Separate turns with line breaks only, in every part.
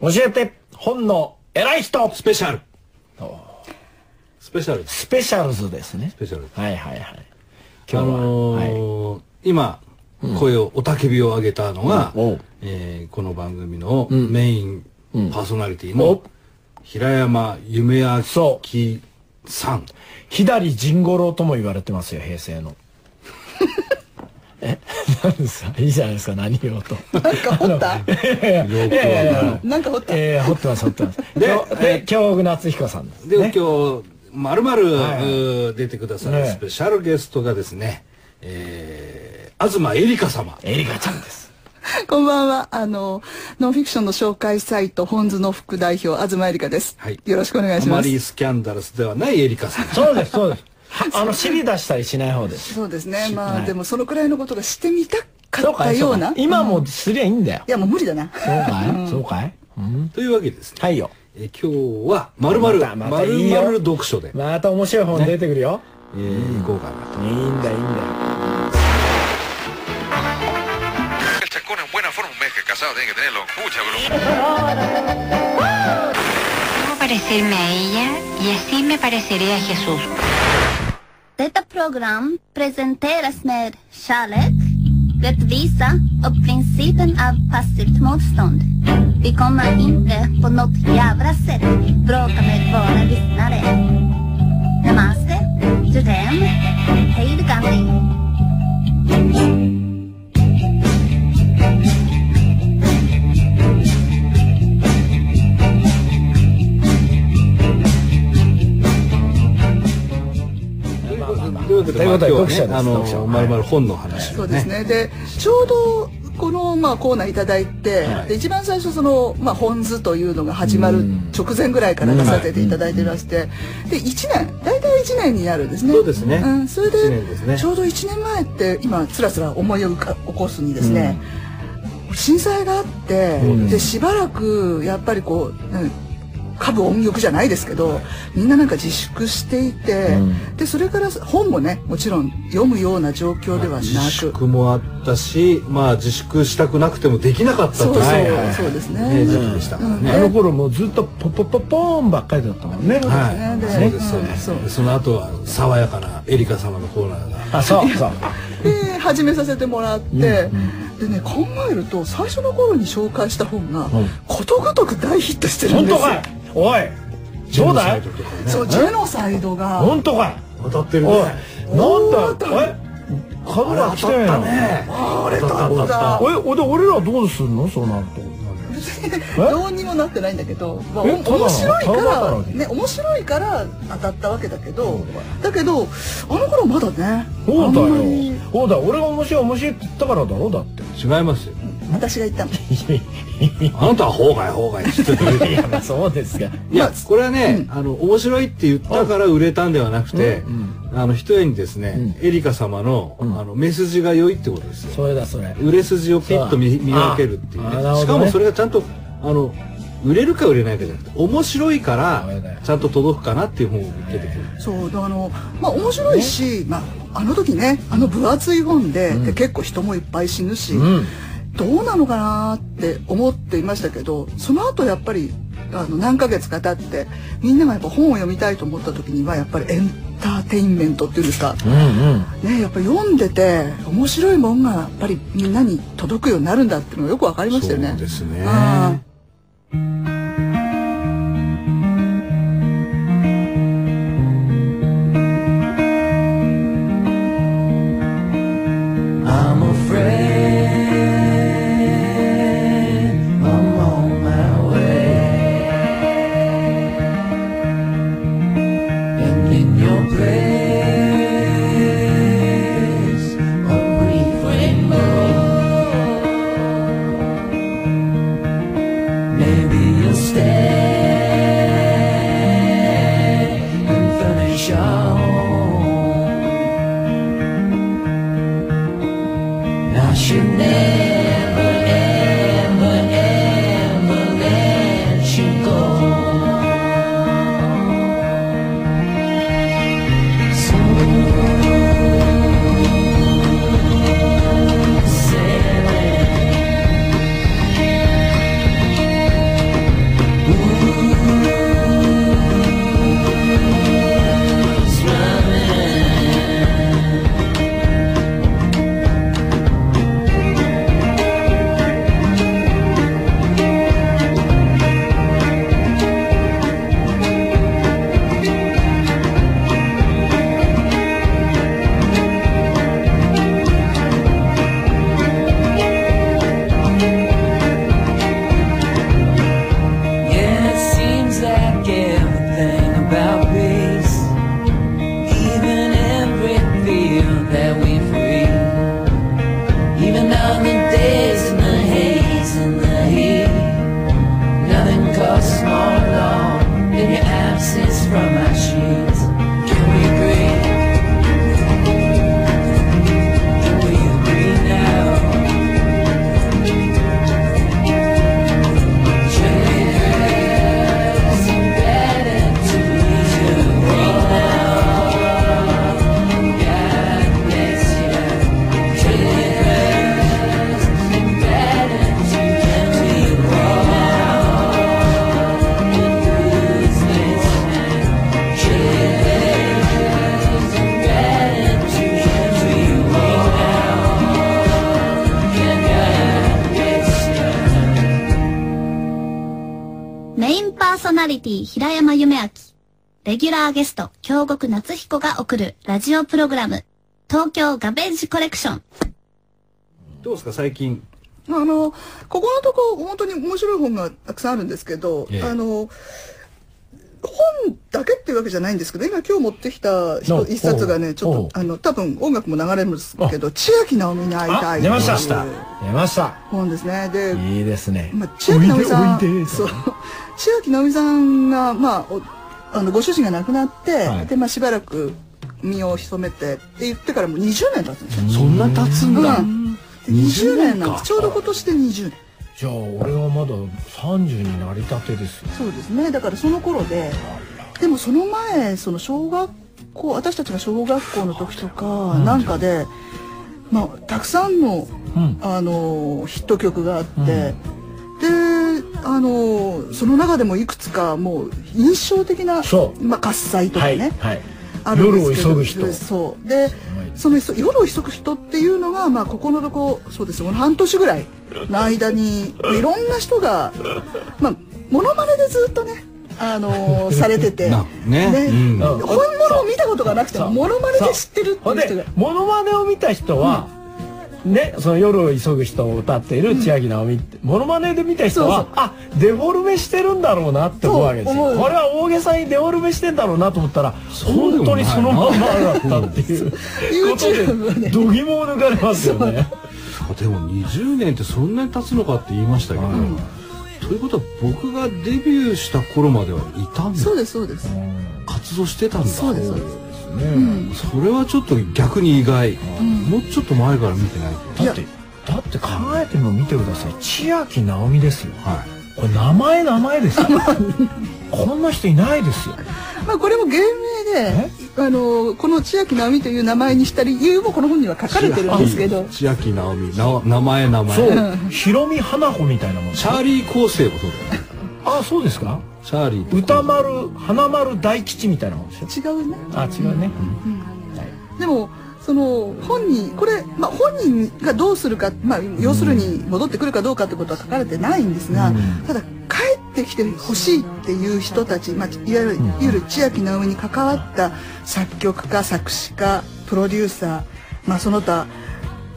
教えて本の偉い人
スペシャルスペシャルです
スペシャルズですね
スペシャルです
はいはいはい
あ
今日は、
の
はい
ー今声をおたけびを上げたのが、
うんおう
えーこの番組のメインパーソナリティの
お
平山夢明
そ
さん
左甚五郎とも言われてますよ平成の え何ですかいいじゃないですか何言おうと
なんか掘った
よく
いやいやい
わ
や
なんか掘った
えー、掘ってます掘ってます
で
で、えー、京極夏彦さんです
で、
ね
今日まるま
はい
る出てくださる
ね
スペシャルゲストがですね、えー、東恵梨香様
エリカちゃんです
こんばんは。あの、ノンフィクションの紹介サイト、本図の副代表、東えりかです。
はい
よろしくお願い
あ
し
ま
ま
り
す。
スキャンダラスではない恵梨香 様
そうですそうですあの尻出したりしない方です
そうですね。まあ、
はい
でもそのくらいのことがしてみたか
そう
っ
か
た
い
よ
そうう
な。
か
い
今もすりゃいいんだよ
や、もう無理 だな。
そうかいそうかい、うん、
というわけでですね、
はいよ
えー今日はまるまる
またまたいいよ
読書で、
また面白い本出てくるよ、
えー、行こうかなと。
いいんだいいんだ
El chacón en buena forma, un mes que casado tiene que tenerlo con mucha broma.
Debo parecerme a ella y así me pareceré a Jesús.
Detta program presenteras med kärlek, rättvisa och principen av passivt motstånd. Vi kommer inte på något jävla sätt bråka med våra lyssnare. Namaste, Jodem, hej då, Gandhi.
ということで読者です
ということで、まあ今日はね、あ
読者
の、まるまる本の話
そ
を
うです
ね、
ね。で、ちょうど、この、まあ、コーナーいただいて、
はい
で一番最初、その、まあ、本図というのが始まる直前ぐらいから出させていただいてまして、で、1年、大体1年になるんですね。
そうですね
うん、それ
一
で、
年ですね
ちょうど1年前って、今、つらつら思いを浮か起こすにですね、震災があって、で、しばらく、やっぱりこう、うん家具音浴じゃないですけどみんななんか自粛していて、でそれから本もねもちろん読むような状況ではなく
自粛もあったし、まあ自粛したくなくてもできなかった
そう
と
そう、
いう
はいはい
そうです
ね
ね。
時期でしたからね。
あの頃もうずっとポッポッポッポーンばっかりだったもんね、
はい、
で
そうですそうで
うんそ
す。その後は爽やかなエリカ様のコーナーが。
あそうそう
で始めさせてもらって、でね考えると最初の頃に紹介した本が、ことごとく大ヒットしてるん
本
です
当
よ。
かいおいそうだい
ジェノサイドとかね
そうジェノサイドが
本当かい
当たってるね。
おいな
大
んだ
当たり
え角が来てない
だ
の
ね。
あれだった。
えおで俺らどうすんのそうなると
どうにもなってないんだけど、まあ、お
えただの
面白いか
ただなの
ら
に
ね面白いから当たったわけだけど、だけどあの頃まだね、
そうだ
あんまり
よそうだよ俺が面白い面白いって言ったからだろだ って
違いますよ。
私が言ったの。
あなたは方外方外って言ってる。
いやまあそうですが
いやこれはね、あの面白いって言ったから売れたんではなくて、あの一重にですね、エリカ様の、あの目筋が良いってことですよ。
それだそれ
売れ筋をピッと見見分けるっていう、
あー
ね
なるほどね
しかもそれがちゃんとあの売れるか売れないかじゃなくて面白いか
そうだよ
らちゃんと届くかなっていう本を見つけてくる
そうだあのまあ面白いし、まああの時ねあの分厚い本で,、で結構人もいっぱい死ぬし、どうなのかなって思っていましたけどその後やっぱりあの何ヶ月か経ってみんながやっぱ本を読みたいと思った時にはやっぱりエンターテインメントっていうんですか、ね、やっぱ読んでて面白いもんがやっぱりみんなに届くようになるんだっていうのがよくわかりましたよね。
そうですね
うん
「
メインパーソナリティ平山夢明。レギュラーゲスト京極夏彦が送るラジオプログラム東京ガベージコレクション。
どうですか最近
あの、ここのとこ、本当に面白い本がたくさんあるんですけど、
ええ
あの、本だけっていうわけじゃないんですけど、今今日持ってきた一
お
一冊がね、ちょ
お
っと、あの、多分音楽も流れるんですけど、千秋直美に会いた
あ
い
出ました
っていう
出ました
本ですね。で、
いいですね
まあ、千秋直美さ
おいでおい
ん、
で
そう、千秋直美さんが、まあ、おあの、ご主人が亡くなって、
はい
で、まあ、しばらく身を潜めてって言ってからもう20年経つんですよ。
そんな経つん
う
だ、
ん。20年なんです。ちょうど今年で20年。
じゃあ俺はまだ30になりたてですよ
そうですねだからその頃ででもその前その小学校私たちが小学校の時とかなんかで、まあ、たくさんの、
ん
あのヒット曲があって、であのその中でもいくつかもう印象的な
そう
まあ、喝采とか
はい
ね、
はい
あるんですけど
夜を急ぐ人
そうでその夜を急ぐ人っていうのが、まあ、ここのとこそうですこの半年ぐらいの間にまあいろんな人がまあモノマネでずっとね あのーされてて
なねうん
本物を見たことがなくてもモノマネで知ってるって
ほん
いう人
で
が
モノマネを見た人は、ね、その夜を急ぐ人を歌っている千秋直美って、モノマネで見た人は
そうそう
あデフォルメしてるんだろうなって思うわけですよ
そう思う
これは大げさにデフォルメしてんだろうなと思ったら
うで
本
も
当
ない
にそのまんまだったっていう
YouTube
ことで度肝を抜かれますよね
あでも20年ってそんなに経つのかって言いましたけど、ということは僕がデビューした頃まではいたんだ
そうですそうです
活動してたんだ
そうですそうです
それはちょっと逆に意外、もうちょっと前から見てないけど
い
だ
や
ってだって考えても見てください千秋直美ですよ
はい
これ名前名前ですよこんな人いないですよ
まあこれも芸名であのーこの千秋直美という名前にした理由もこの本には書かれてるんですけど
千秋直美な名前名前
そうひろみ花子みたいなもん
チャーリー構成もそうだよね
あそうですか
チャーリー
歌丸花丸大吉みたいなもんですよ
違うね
あ違うね、
でもその本人これ、まあ、本人がどうするか、まあ、要するに戻ってくるかどうかってことは書かれてないんですが、ただ帰ってきてほしいっていう人たち、まあ、いわゆるいわゆる千秋直美に関わった作曲家作詞家プロデューサー、まあ、その他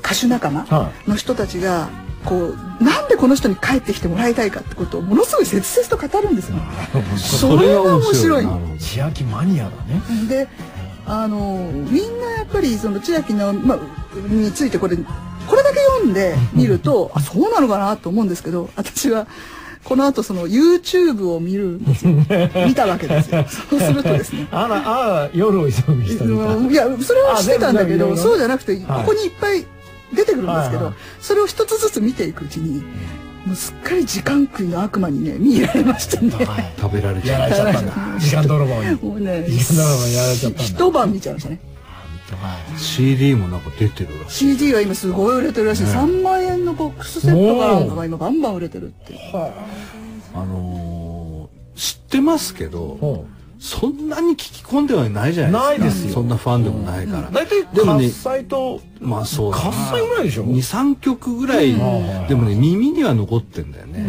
歌手仲間
は
の人たちがこうなんでこの人に帰ってきてもらいたいかってことをものすごい切々と語るんですよ。 それが面白い
なるほど
千秋マニアだね
であのみんなやっぱりその千秋の、まあ、についてこれこれだけ読んでみるとあそうなのかなと思うんですけど私はこの後その YouTube を見るんで すよ見たわけですよそうするとですね
あらあら夜を急ぐ人みたい
いやそれはしてたんだけ
あ全部全部いろい
ど
ろ
そうじゃなくてこ
はい
こにいっぱい出てくるんですけ
はい
ど、
はい
それを一つずつ見ていくうちにもうすっかり時間食いの悪魔にね見入られましたね
な、はい
食べられち
やら
ゃう
れちゃったんだ時間泥棒に
もうね
時間泥棒にやられちゃったんだ
一晩見ちゃいましたね
CD もなんか出てるらしい
CD が今すごい売れてるらしい、3万円のボックスセットかなんかが今バンバン売れてるって
あのー知ってますけど
ほ
そんなに聞き込んではないじゃない
ないで
ですか
すよ
そんなファンでもないから、
う大体
でもね
喝采と
まあそうだな
喝采ぐらいでしょ
23曲ぐらい、でもね耳には残ってんだよね、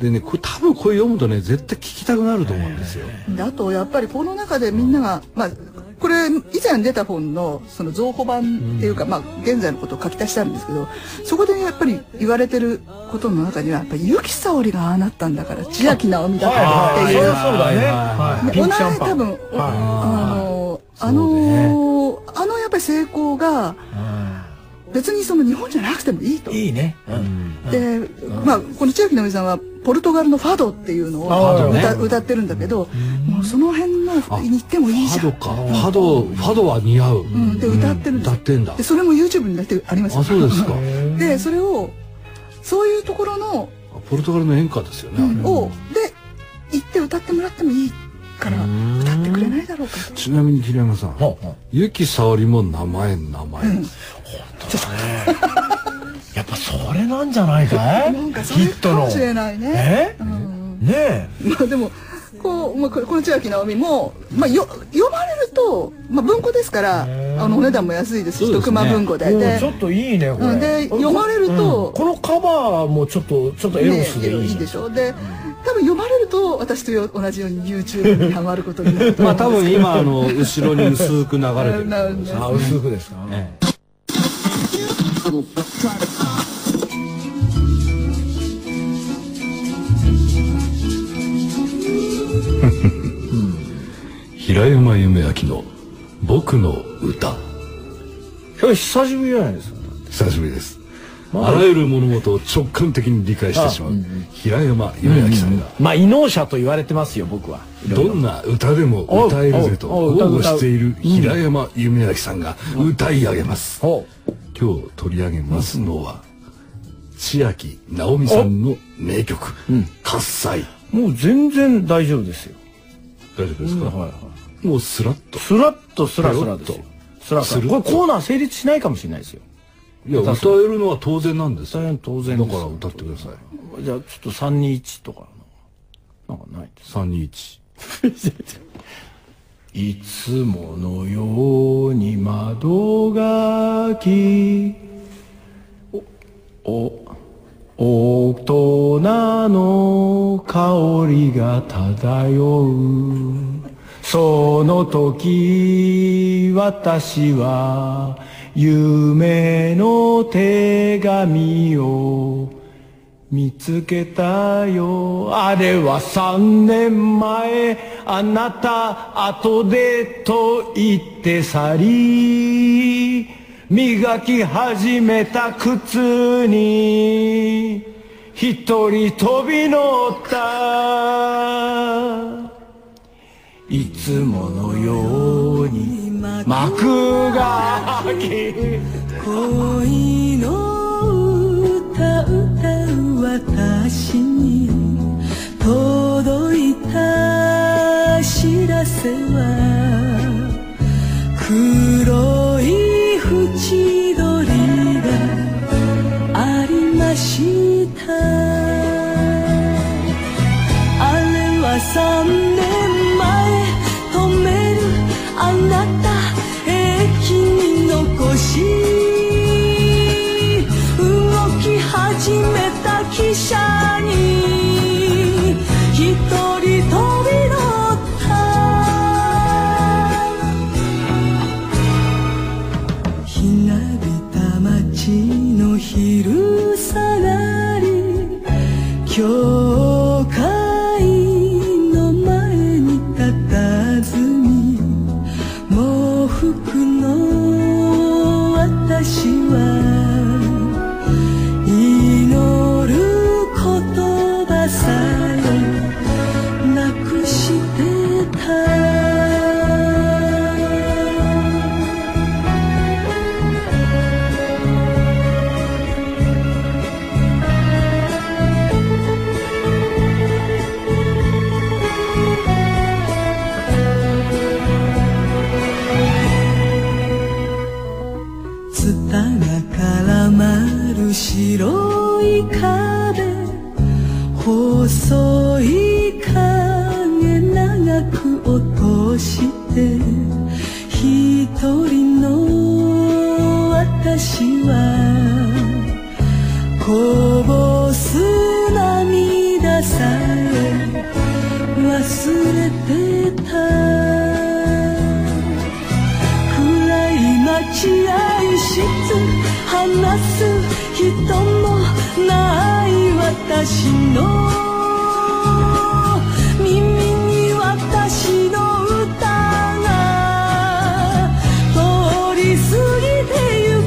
でねこれ多分これ読むとね絶対聞きたくなると思うんですよ、
であとやっぱりこの中でみんなが、まあ、これ以前出た本のその増補版っていうか、まあ、現在のことを書き足したんですけどそこでやっぱり言われてることの中にはやっぱり結城沙織がああなったんだから千秋直美だからって。
はいいうはいそうだね、はい
ね
ピ
お
ンクシ
名
ャン
前
パン
多分、おあのあのあのやっぱり成功が別にその日本じゃなくてもいいと
いいね、うん
で、まあ、この千秋のみさんはポルトガルのファドっていうの
あ
を
ー
歌,、
ね
歌ってるんだけど、もうその辺のに行ってもいい
フ
じ
ァ
ゃん
ド。かファドファドは似合う、
うん、で歌ってるんです、
歌ってんだ
でそれも YouTube になってありますよ
あそうですか
でそれをそういうところの
ポルトガルの演歌ですよね、あれ
をで行って歌ってもらってもいいから歌ってくれないだろうかと
ちなみに平山さん
ほうほう
ゆきさおりも名前名前、
やっぱそれなんじゃないかい
なんかそ
ヒ
れ
ット
か
の
もしれないね
えねえ
まあでも
こう、まあ、ここの千秋直美も、まあ、よ呼ばれると、まあ、文庫ですからあのお値段も安いですし
そうですね
徳間文庫で
うん
で
ちょっといいねこ
う
れ
んで読まれると
うんこのカバーもちょっとちょっとエロスでいい
ね
じ
い
ゃ
い
ん
でしょで多分読まれると私とよ同じように YouTube にハマることになると
ま
思う
あ
んです
多
けど
分今あの後ろに薄く流れてると思い ます
あ薄くですか
ね平山夢明の僕の歌
いや久しぶりじゃないですか
久しぶりです、
まあ
あらゆる物事を直感的に理解してしまう平山夢明さんが
まあ異能者と言われてますよ僕は
どんな歌でも歌えるぜと
おうおうおう歌う
豪語している平山夢明さんが歌い上げます
ほ
今日取り上げますのは千秋直美さんの名曲「喝采
うもう全然大丈夫ですよ」
大丈夫ですか、
はいはい
もうスラッと
スラッとスラスラですよスラスラ
スルッ
ことれコーナー成立しないかもしれないですよ
いや歌えるのは当然なんです
大
よ
変当然
だ
です
から歌ってください
じゃあちょっと321とかのなんかないです
321
いつものように窓がきおお大人の香りが漂うその時私は夢の手紙を見つけたよあれは3年前あなた後でと言って去り磨き始めた靴に一人飛び乗ったいつものように幕が開き
恋の歌歌う私に届いた知らせは黒い縁取りがありましたあれは3年前止めるあなた駅に残し動き始めた汽車に一人飛び乗ったひなびた街の昼下がり教会の前に佇み喪服の私は祈る言葉さえなくしてたツタが絡まる白い壁細い影長く落として一人の私はこぼす涙さえ忘れてた暗い待合室話す人もない私の耳に私の歌が通り過ぎてゆ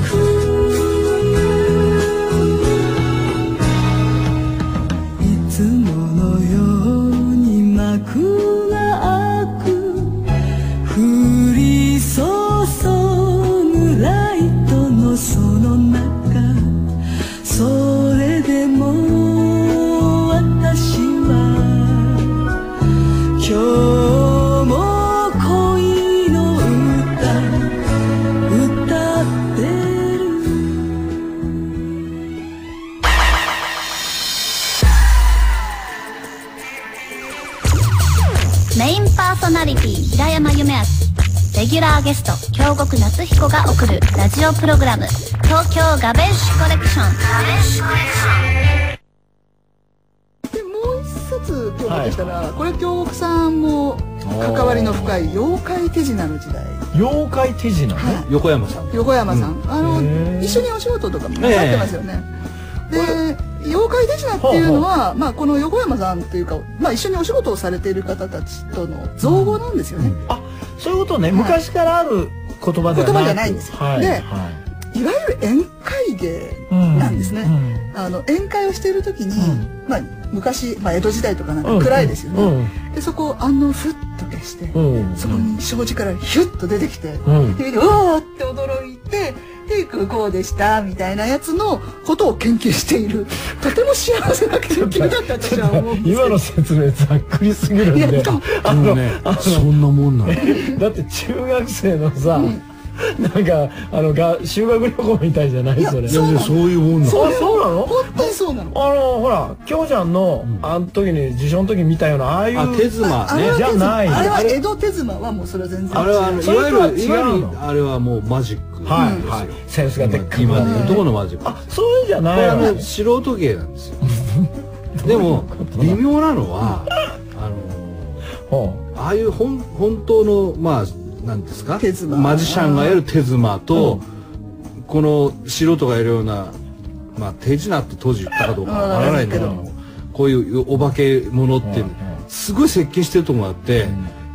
くいつものように幕が開く降り注ぐライトのその中それでも私は今日も恋の歌歌ってる
メインパーソナリティ平山夢明レギュラーゲスト京極夏彦が送るラジオプログラム「東京ガベッシュコレクション」
でもう一冊今日持ってきたら、これ京極さんも関わりの深い妖怪手品の時代
妖怪手品ね、
はい
横山さん
横山さん、あ
へ
の
ー
一緒にお仕事とかもなってますよね、で妖怪手品っていうのは、まあ、この横山さんというか、まあ、一緒にお仕事をされている方たちとの造語なんですよね、
あそういうことね、昔からある言葉ではなく
言葉じゃないんですよ
はい
で
はい
いわゆる宴会芸なんですね、
うん
あの宴会をしている時に、まあ、昔、まあ、江戸時代とかな
う
んか
ん
暗いですよね、
う
でそこを安納ふっと消して、
うん
そこに障子からヒュッと出てきて、
うん
でうわーって驚いてで空港でしたみたいなやつのことを研究しているとても幸せな研究だったと私は思うん です
今
けど
の説明ざっくりすぎるん
いやで
で
も
あ
も
の
うね
あの
そんなもんなの
だって中学生のさ、なんかあのが修学旅行みたいじゃない
いや
それ
そうなの
そういうもんなの
あそうなの
本当にそうなの
あのほら京ちゃんの、あの時に受賞の時に見たようなああいう
あ手妻
あれ
ね
じ
は
ゃ
手妻
ない
あれは江戸手妻はもうそれは全然違う
あれはあのい
それ
わゆ
とは
る
違う
いわゆ
の
るあれはもうマジック
はい、
ですよ
はい、センスがでっかく
今で
な
いう
る
とこのマジック
あそういうんじゃ
こ
な
れ
い
あ
の
の素人芸なんですよでも微妙なのはあ
ほ
のああいう本本当のまあ何ですか
手妻
マジシャンがやる手妻と、この素人がやるような、まあ、手品って当時言ったかどうかわからないんだけ
うん
どこういうお化け物っていう
うん
すごい接近してるとこがあって、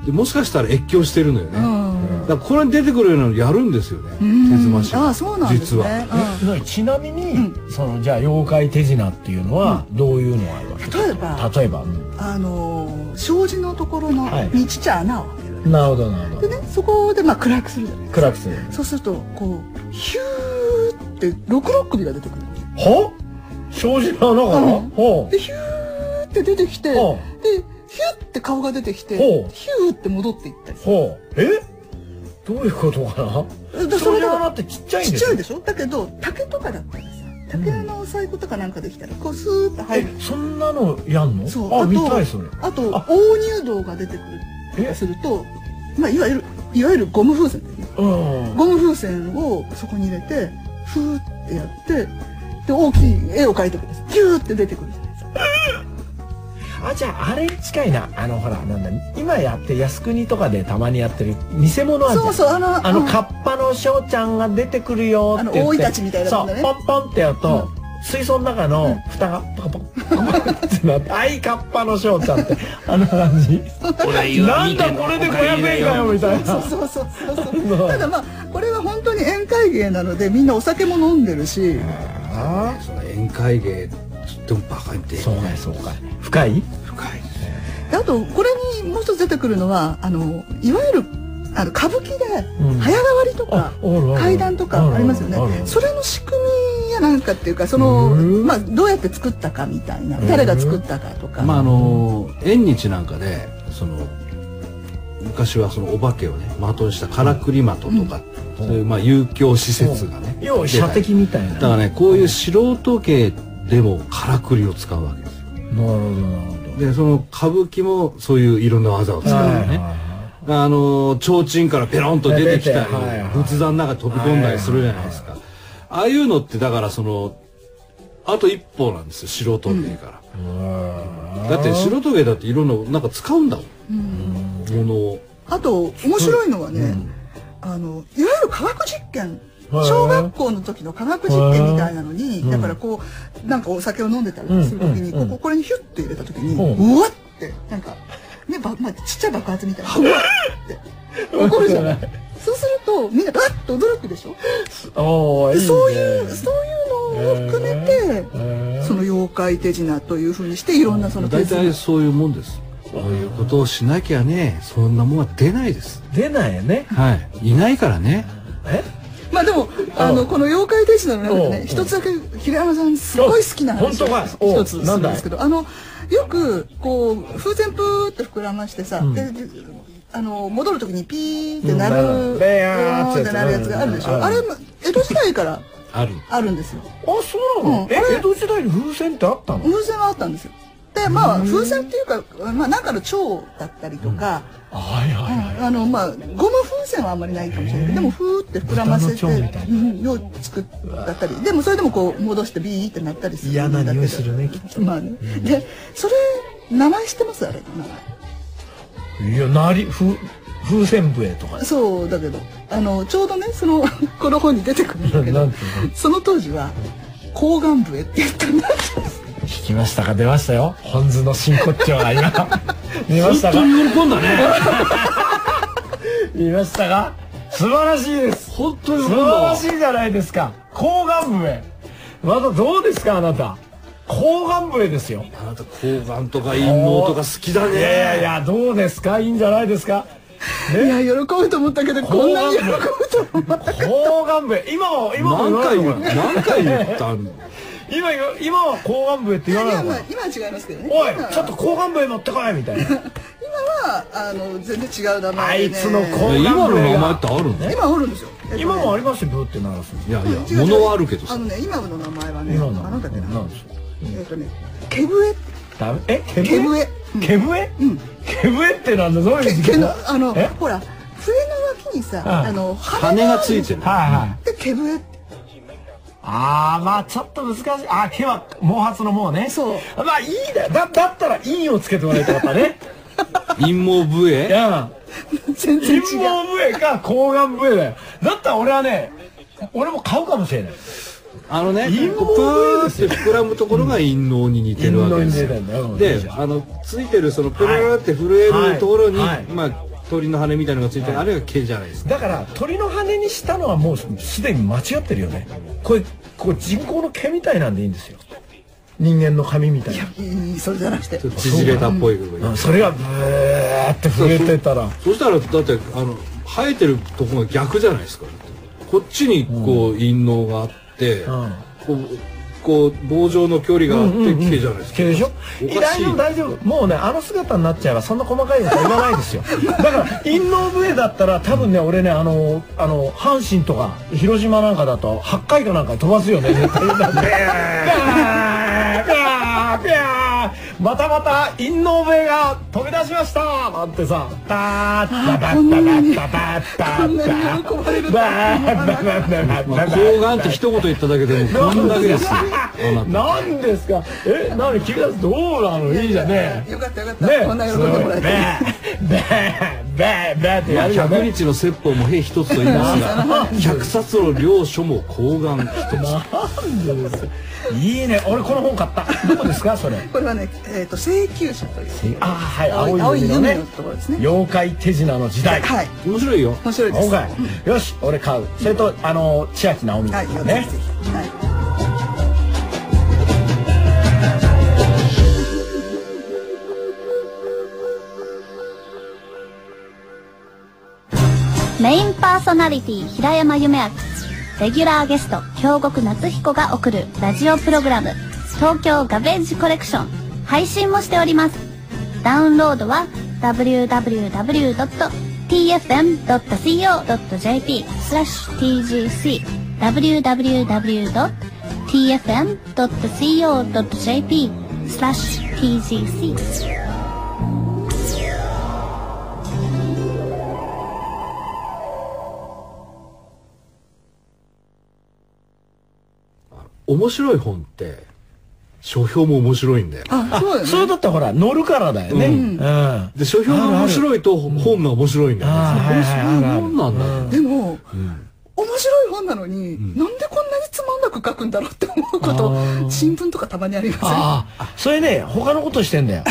でもしかしたら越境してるのよね、
うん
だからこれに出てくるようなのやるんですよね、手妻師が
あそうなんです
実
ね
は。
うなちなみに、そのじゃあ妖怪手品っていうのはどういうのがあるわけ、
うん例えば
例えば、
あのー障子のところの
はい
にちっちゃい穴を開ける
なるほどなるほ
で
ど
ねそこでまあ暗くするじゃない
暗くする
そうするとこうヒューって六六首が出てくる
は障子の穴から、
うん
ほう
でヒューって出てきてでヒ
ほ
ューって顔が出てきて
ほう
ヒューって戻っていったり
ほうえどういうことかな
だからそ
障子
れ
の穴
が
ってちっちゃいん
ちっ
で
ち
す
ゃ
よ
いでしょだけど竹とかだったらさ竹のお細工とかなんかできたらこうスーッと入る
えそんなのやんの
そう
あ見
と
たいそれ
あと
あ
大入道が出てくる
え
するとまあいわゆるいわゆるゴム風船だよね
うん
ゴム風船をそこに入れてふーってやってで大きい絵を描いてくださいギューって出てくるじゃないですか
あじゃああれに近いなあのほらなんだ今やって靖国とかでたまにやってる偽物あるじゃん
そうそうあの
あの
うん
カッパの翔ちゃんが出てくるよって言って
あの大イタチみたいな
そ
も
うん
だね
ポンポンってやると、水槽の中の蓋がパカパカパカってな って「あいカッパの翔ちゃん」ってあの感じなんだこれで500円かよみたい
そう
な
そうそうそう
あ
そ
の
うただまあこれは本当に宴会芸なのでみんなお酒も飲んでるし
あ
その宴会芸でもバカにで
ーそうかいそうかい深い
深い
であとこれにもう一つ出てくるのはあのいわゆるあの歌舞伎で
うん
早変わりと
あ
か
あるある
階段とかありますよ
あるあるあ
ね
る
それの仕組みやなんかっていうかその
うん
まあどうやって作ったかみたいな誰が作ったかとか
まああの縁日なんかでその昔はそのお化けをね的にしたからくり的とか、そういうまあ遊興施設がね、
要は
出た
射
り
的みたいな
だからねこういう素人芸でもからくりを使うわけですよ
なるほどなるほど
でその歌舞伎もそういういろんな技を使うのね、あの提灯からペロンと出てきたり、
はいはいはい
仏壇の中に飛び込んだりするじゃないですか、ああいうのってだからそのあと一歩なんですよ素人芸から、だって素人芸だっていろんななんか使うんだもん、ものを
あと面白いのはね、あのいわゆる科学実験
へー
小学校の時の科学実験みたいなのに、だからこうなんかお酒を飲んでたりする時に、
うんうんうん
こここれにヒュッて入れた時に、
う
うんわってなんか、ねばまあ、ちっちゃい爆発みたいなうわって起こるじゃないそうするとみんなバッと驚くでしょ
おおいいね
そういうそういうのを含めて、
え
その妖怪手品というふうにしていろんなその手
大
品
体そういうもんですこういうことをしなきゃねそんなもんは出ないです
ー出ないよね
はいいないからね
え
まあでもあのこの妖怪天使の中で
おう
ね一つだけ平山さんすごい好きな話
おう本当かおう
一つするんですけどあのよくこう風船プーって膨らましてさ、でであの戻る時にピーってなる、
うんベヤー
ボ
っ
ー
て
ン
やつ
ってなるやつがあるでしょ、
うん
あれも江戸時代から
ある
あるんですよ
あそうなの、
うん
え
あれ
江戸時代に風船ってあったの
風船はあったんですよって、まあ、風船っていうか、まあ、なんかの蝶だったりとか、
はいはいはい
あの、まあ、ゴム風船はあんまりないかもしれないけど、でも、ふーって膨らませて、
豚の蝶みたい
うん、よう作ったり、でも、それでもこう、戻してビーってなったりするんだけど。
嫌な匂いするねきっと
まあね。で、それ、名前知ってますあれ、名前。
いやなりふ風船笛とか
そうだけどあのちょうどねその この本に出てくるんだけ
な
ど
んていう
その当時は抗がん笛って言ったんだ
聞きましたか出ましたよ本図の真骨頂が 今見ましたか
本当に喜んだね。
見ましたか素晴らしいです
本当に
素
喜んだ
晴ら
わ
し。いじゃないですか抗がん笛またどうですかあなた抗がん笛ですよ
あなた、睾丸とか陰謀とか好きだ
いやいや
ね。
いやどうですかいいんじゃないですか
いや喜ぶと思ったけどこんなに喜ぶと思う
抗がん笛今は今は言
何
わないの
回言
か
う、
な
何回言ったん
今言わ今は抗がん笛って
い
言
や
わないの
ま
かな
あ今は違いますけどね
おい
今は
ちょっと抗がん笛持ってこいみたいな
今はあの全然違う名
あ
前
い
で、
つの抗が
今
ん
の
笛
名前
が
ってあるの
今おるんですよえっとね
今もありますよブーって鳴らすの
いやい
違う
や、
違う
物はあるけど
あ
さ
の。ね今の名前はね
今の
あなんだっけな
なんですか
えっとね毛笛
ダメえ毛
毛笛
笛毛笛毛笛ってなんだどういう時
毛
期
の
だ
あの
え
ほら笛の脇にさ
ああ
あの
羽がついてる。
はいはい
で毛笛って
ああまあちょっと難しいあー毛は毛髪の毛ね
そう
まあいいだだだったら「陰」をつけてもらいたかった ね
陰謀
い
笛
や
全然違
陰
う
謀笛か抗がん笛だよだったら俺はね俺も買うかもしれない
あのね、
陰謀
プ
笛で
ーって膨らむところが陰謀に似てるわけですよ
陰謀に似てるんだよ。
で、あの、ついてる、その、プルルルって震えるところに
はいはい、
まあ、鳥の羽みたいなのがついてる、あれが毛じゃないですか。
だから鳥の羽にしたのはもうすでに間違ってるよねこれこう人工の毛みたいなんでいいんですよ人間の髪みたいない
いそれじゃなくて
ちょっと縮れたっぽい部分
うんそれがブーって震えてたら
そしたらだってあの生えてるとこが逆じゃないですかこっちにこう陰嚢があって、
ん
こうこう棒状の距離があって毛じゃないですか、
毛でしょ
おか
大
しい
丈夫大丈夫もうねあの姿になっちゃえばそんな細かいこと言わないですよだから陰謀笛だったら多分ね俺ねあのあの阪神とか広島なんかだと八回かなんかに飛ばすよね絶対ビャービャービャーまたまた陰謀笛が飛び出しましたなんてさタッタタッタタッタ
こ
ッ
んな
タ
に喜ばれると
バーバーバーバー
まあ
バー
睾丸って一言言っただけでもこんだけですよあな
何ですかえ何君たちどうなのいいじゃんね
よかったよかっ
ね
た、こんな喜んでもらえて
べべべべって
ま
や
あ、
るよ
100
ね
日の説法も兵一つと言います が100冊の領書も睾丸一
いいね俺この本買ったどこですかそれ
これはね、えっ、と請求書という
あはい
青い
青い海の
青い
ね
海のところですね
妖怪手品の時代
はい、
つ面白いよ
面白いです。
今回よし俺買うそれとあの千秋直美
はい、よ
ね
ぜひぜひ。はい。
メインパーソナリティ平山夢明レギュラーゲスト京極夏彦が送るラジオプログラム「東京ガベージコレクション」配信もしておりますダウンロードは www.tfm.co.jp スラッシュ tgc www.tfm.co.jp スラッシュ tgc
面白い本って書評も面白いんだよ
あ、そうだよ
それ
ね。
だったらほら乗るからだよねうんあ
で書評が面白いと本が面白いんだよね
あはいはいあるある
本なんだよ
でも、面白い本なのに、なんでこんなにつまんなく書くんだろうって思うこと、新聞とかたまにありま
あーそれね他のことしてんだよ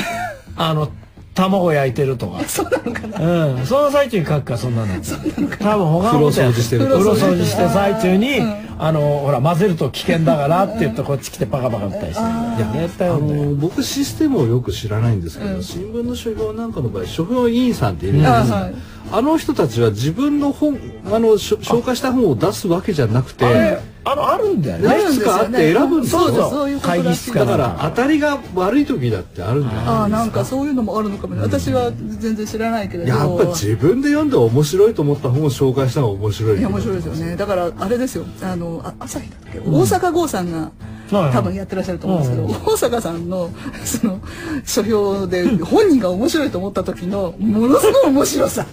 あの卵焼いてるとか
せん。そうなのかな。
うん、その最中に書くかそんなの多分他のことや
風呂掃除してる
風呂掃除してる最中にあのほら混ぜると危険だからって言ってこっち来てパカパカ打ったりして
いや
るやったよ
あの僕システムをよく知らないんですけど、新聞の書評なんかの場合書評委員さんっているんです
あ
か、
はい
あの人たちは自分の本あのしょ紹介した本を出すわけじゃなくて
あれあのあるんだよ
い
ね
くつかあって選ぶんですよ
そうそう
そ
そうう
い
いうう
ことらしい
だから当たりが悪い時だってあるんじゃ
あ
な
あ、
い
なんかそういうのもあるのかもね。私は全然知らないけれど。
やっぱ自分で読んで面白いと思った本を紹介したのが面白い
いや面白いですよねだからあれですよあのあ朝日だっけ大阪郷さんが
はい
多分やってらっしゃると思うんですけど、大坂さんの その書評で本人が面白いと思った時のものすごい面白さ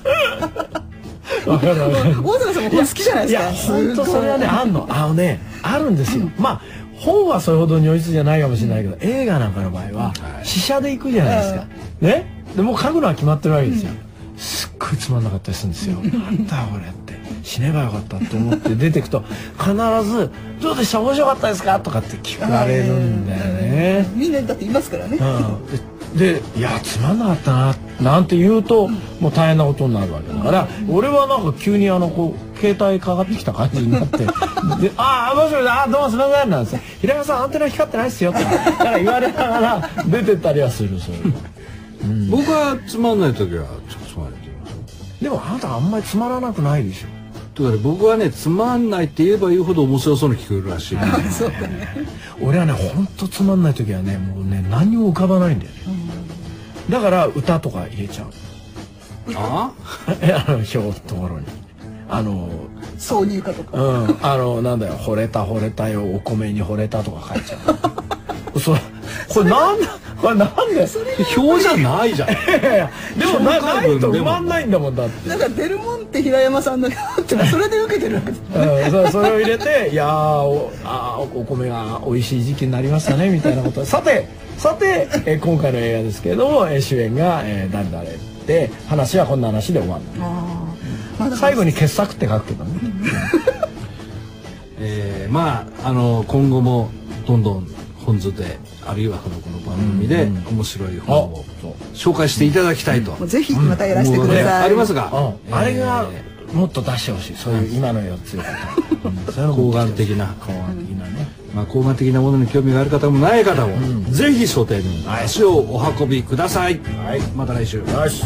わかるわかる
大坂さんも本好きじゃない
い
ですか
や本当それはね
すごい
あんのあのねあるんですよ、まあ本はそれほど如実じゃないかもしれないけど、映画なんかの場合は試写で行くじゃないですか、ねでもう書くのは決まってるわけですよ、すっごいつまんなかったりするんですよなんだこれって死ねばよかったって思って出てくと必ず「どうでした面白かったですか?」とかって聞かれるんだよね、
みんなだっていますからね、
うん、ででいやつまんなかったななんて言うともう大変なことになるわけだから俺はなんか急にあのこう携帯かかってきた感じになって で「ああもしもしあーどうもすみません」なんですよ「平山さんアンテナ光ってないっすよ」ってから言われながら出てったりはするそれは
僕はつまんない時はちょっとつまんないって言います
でもあなたあんまりつまらなくないでしょ
だから僕はねつまんないって言えば言うほど面白そうに聞こえるらしい
そうだね
俺はねほんとつまんない時はねもうね何も浮かばないんだよね、だから歌とか入れちゃう
あ
あの表のところにあの
挿入歌とか
うん、あのなんだよ「惚れた惚れたよお米に惚れた」とか書い ちゃうそれこれなんだこれなんで
表じゃないじゃん
いやいやでもな
紹介
ない
文で
と
も
埋まんないんだもんだって、
なんかデルモンテ平山さんの 表ってのはそれで受けてるわけです
うん、そうそれ を入れて「いやーおあーお米が美味しい時期になりましたね」みたいなことさてさて、えー今回の映画ですけれども、えー主演が、えー誰々で話はこんな話で終わる、
まあだから
最後に傑作って書くけどね
えーまああの今後もどんどん本図であるいはこのこの番組で面白い本を紹介していただきたいと、
もうぜひまたやらせてください、
ねありますが、
うん、あれが
えー
もっと出してほしいそういう今のやつよこと、 うん、そういうの
抗
も
眼的な、
考案的なね、
まあ、抗眼的なものに興味がある方もない方も、ぜひ書店に足をお運びください、はい、また来週
よし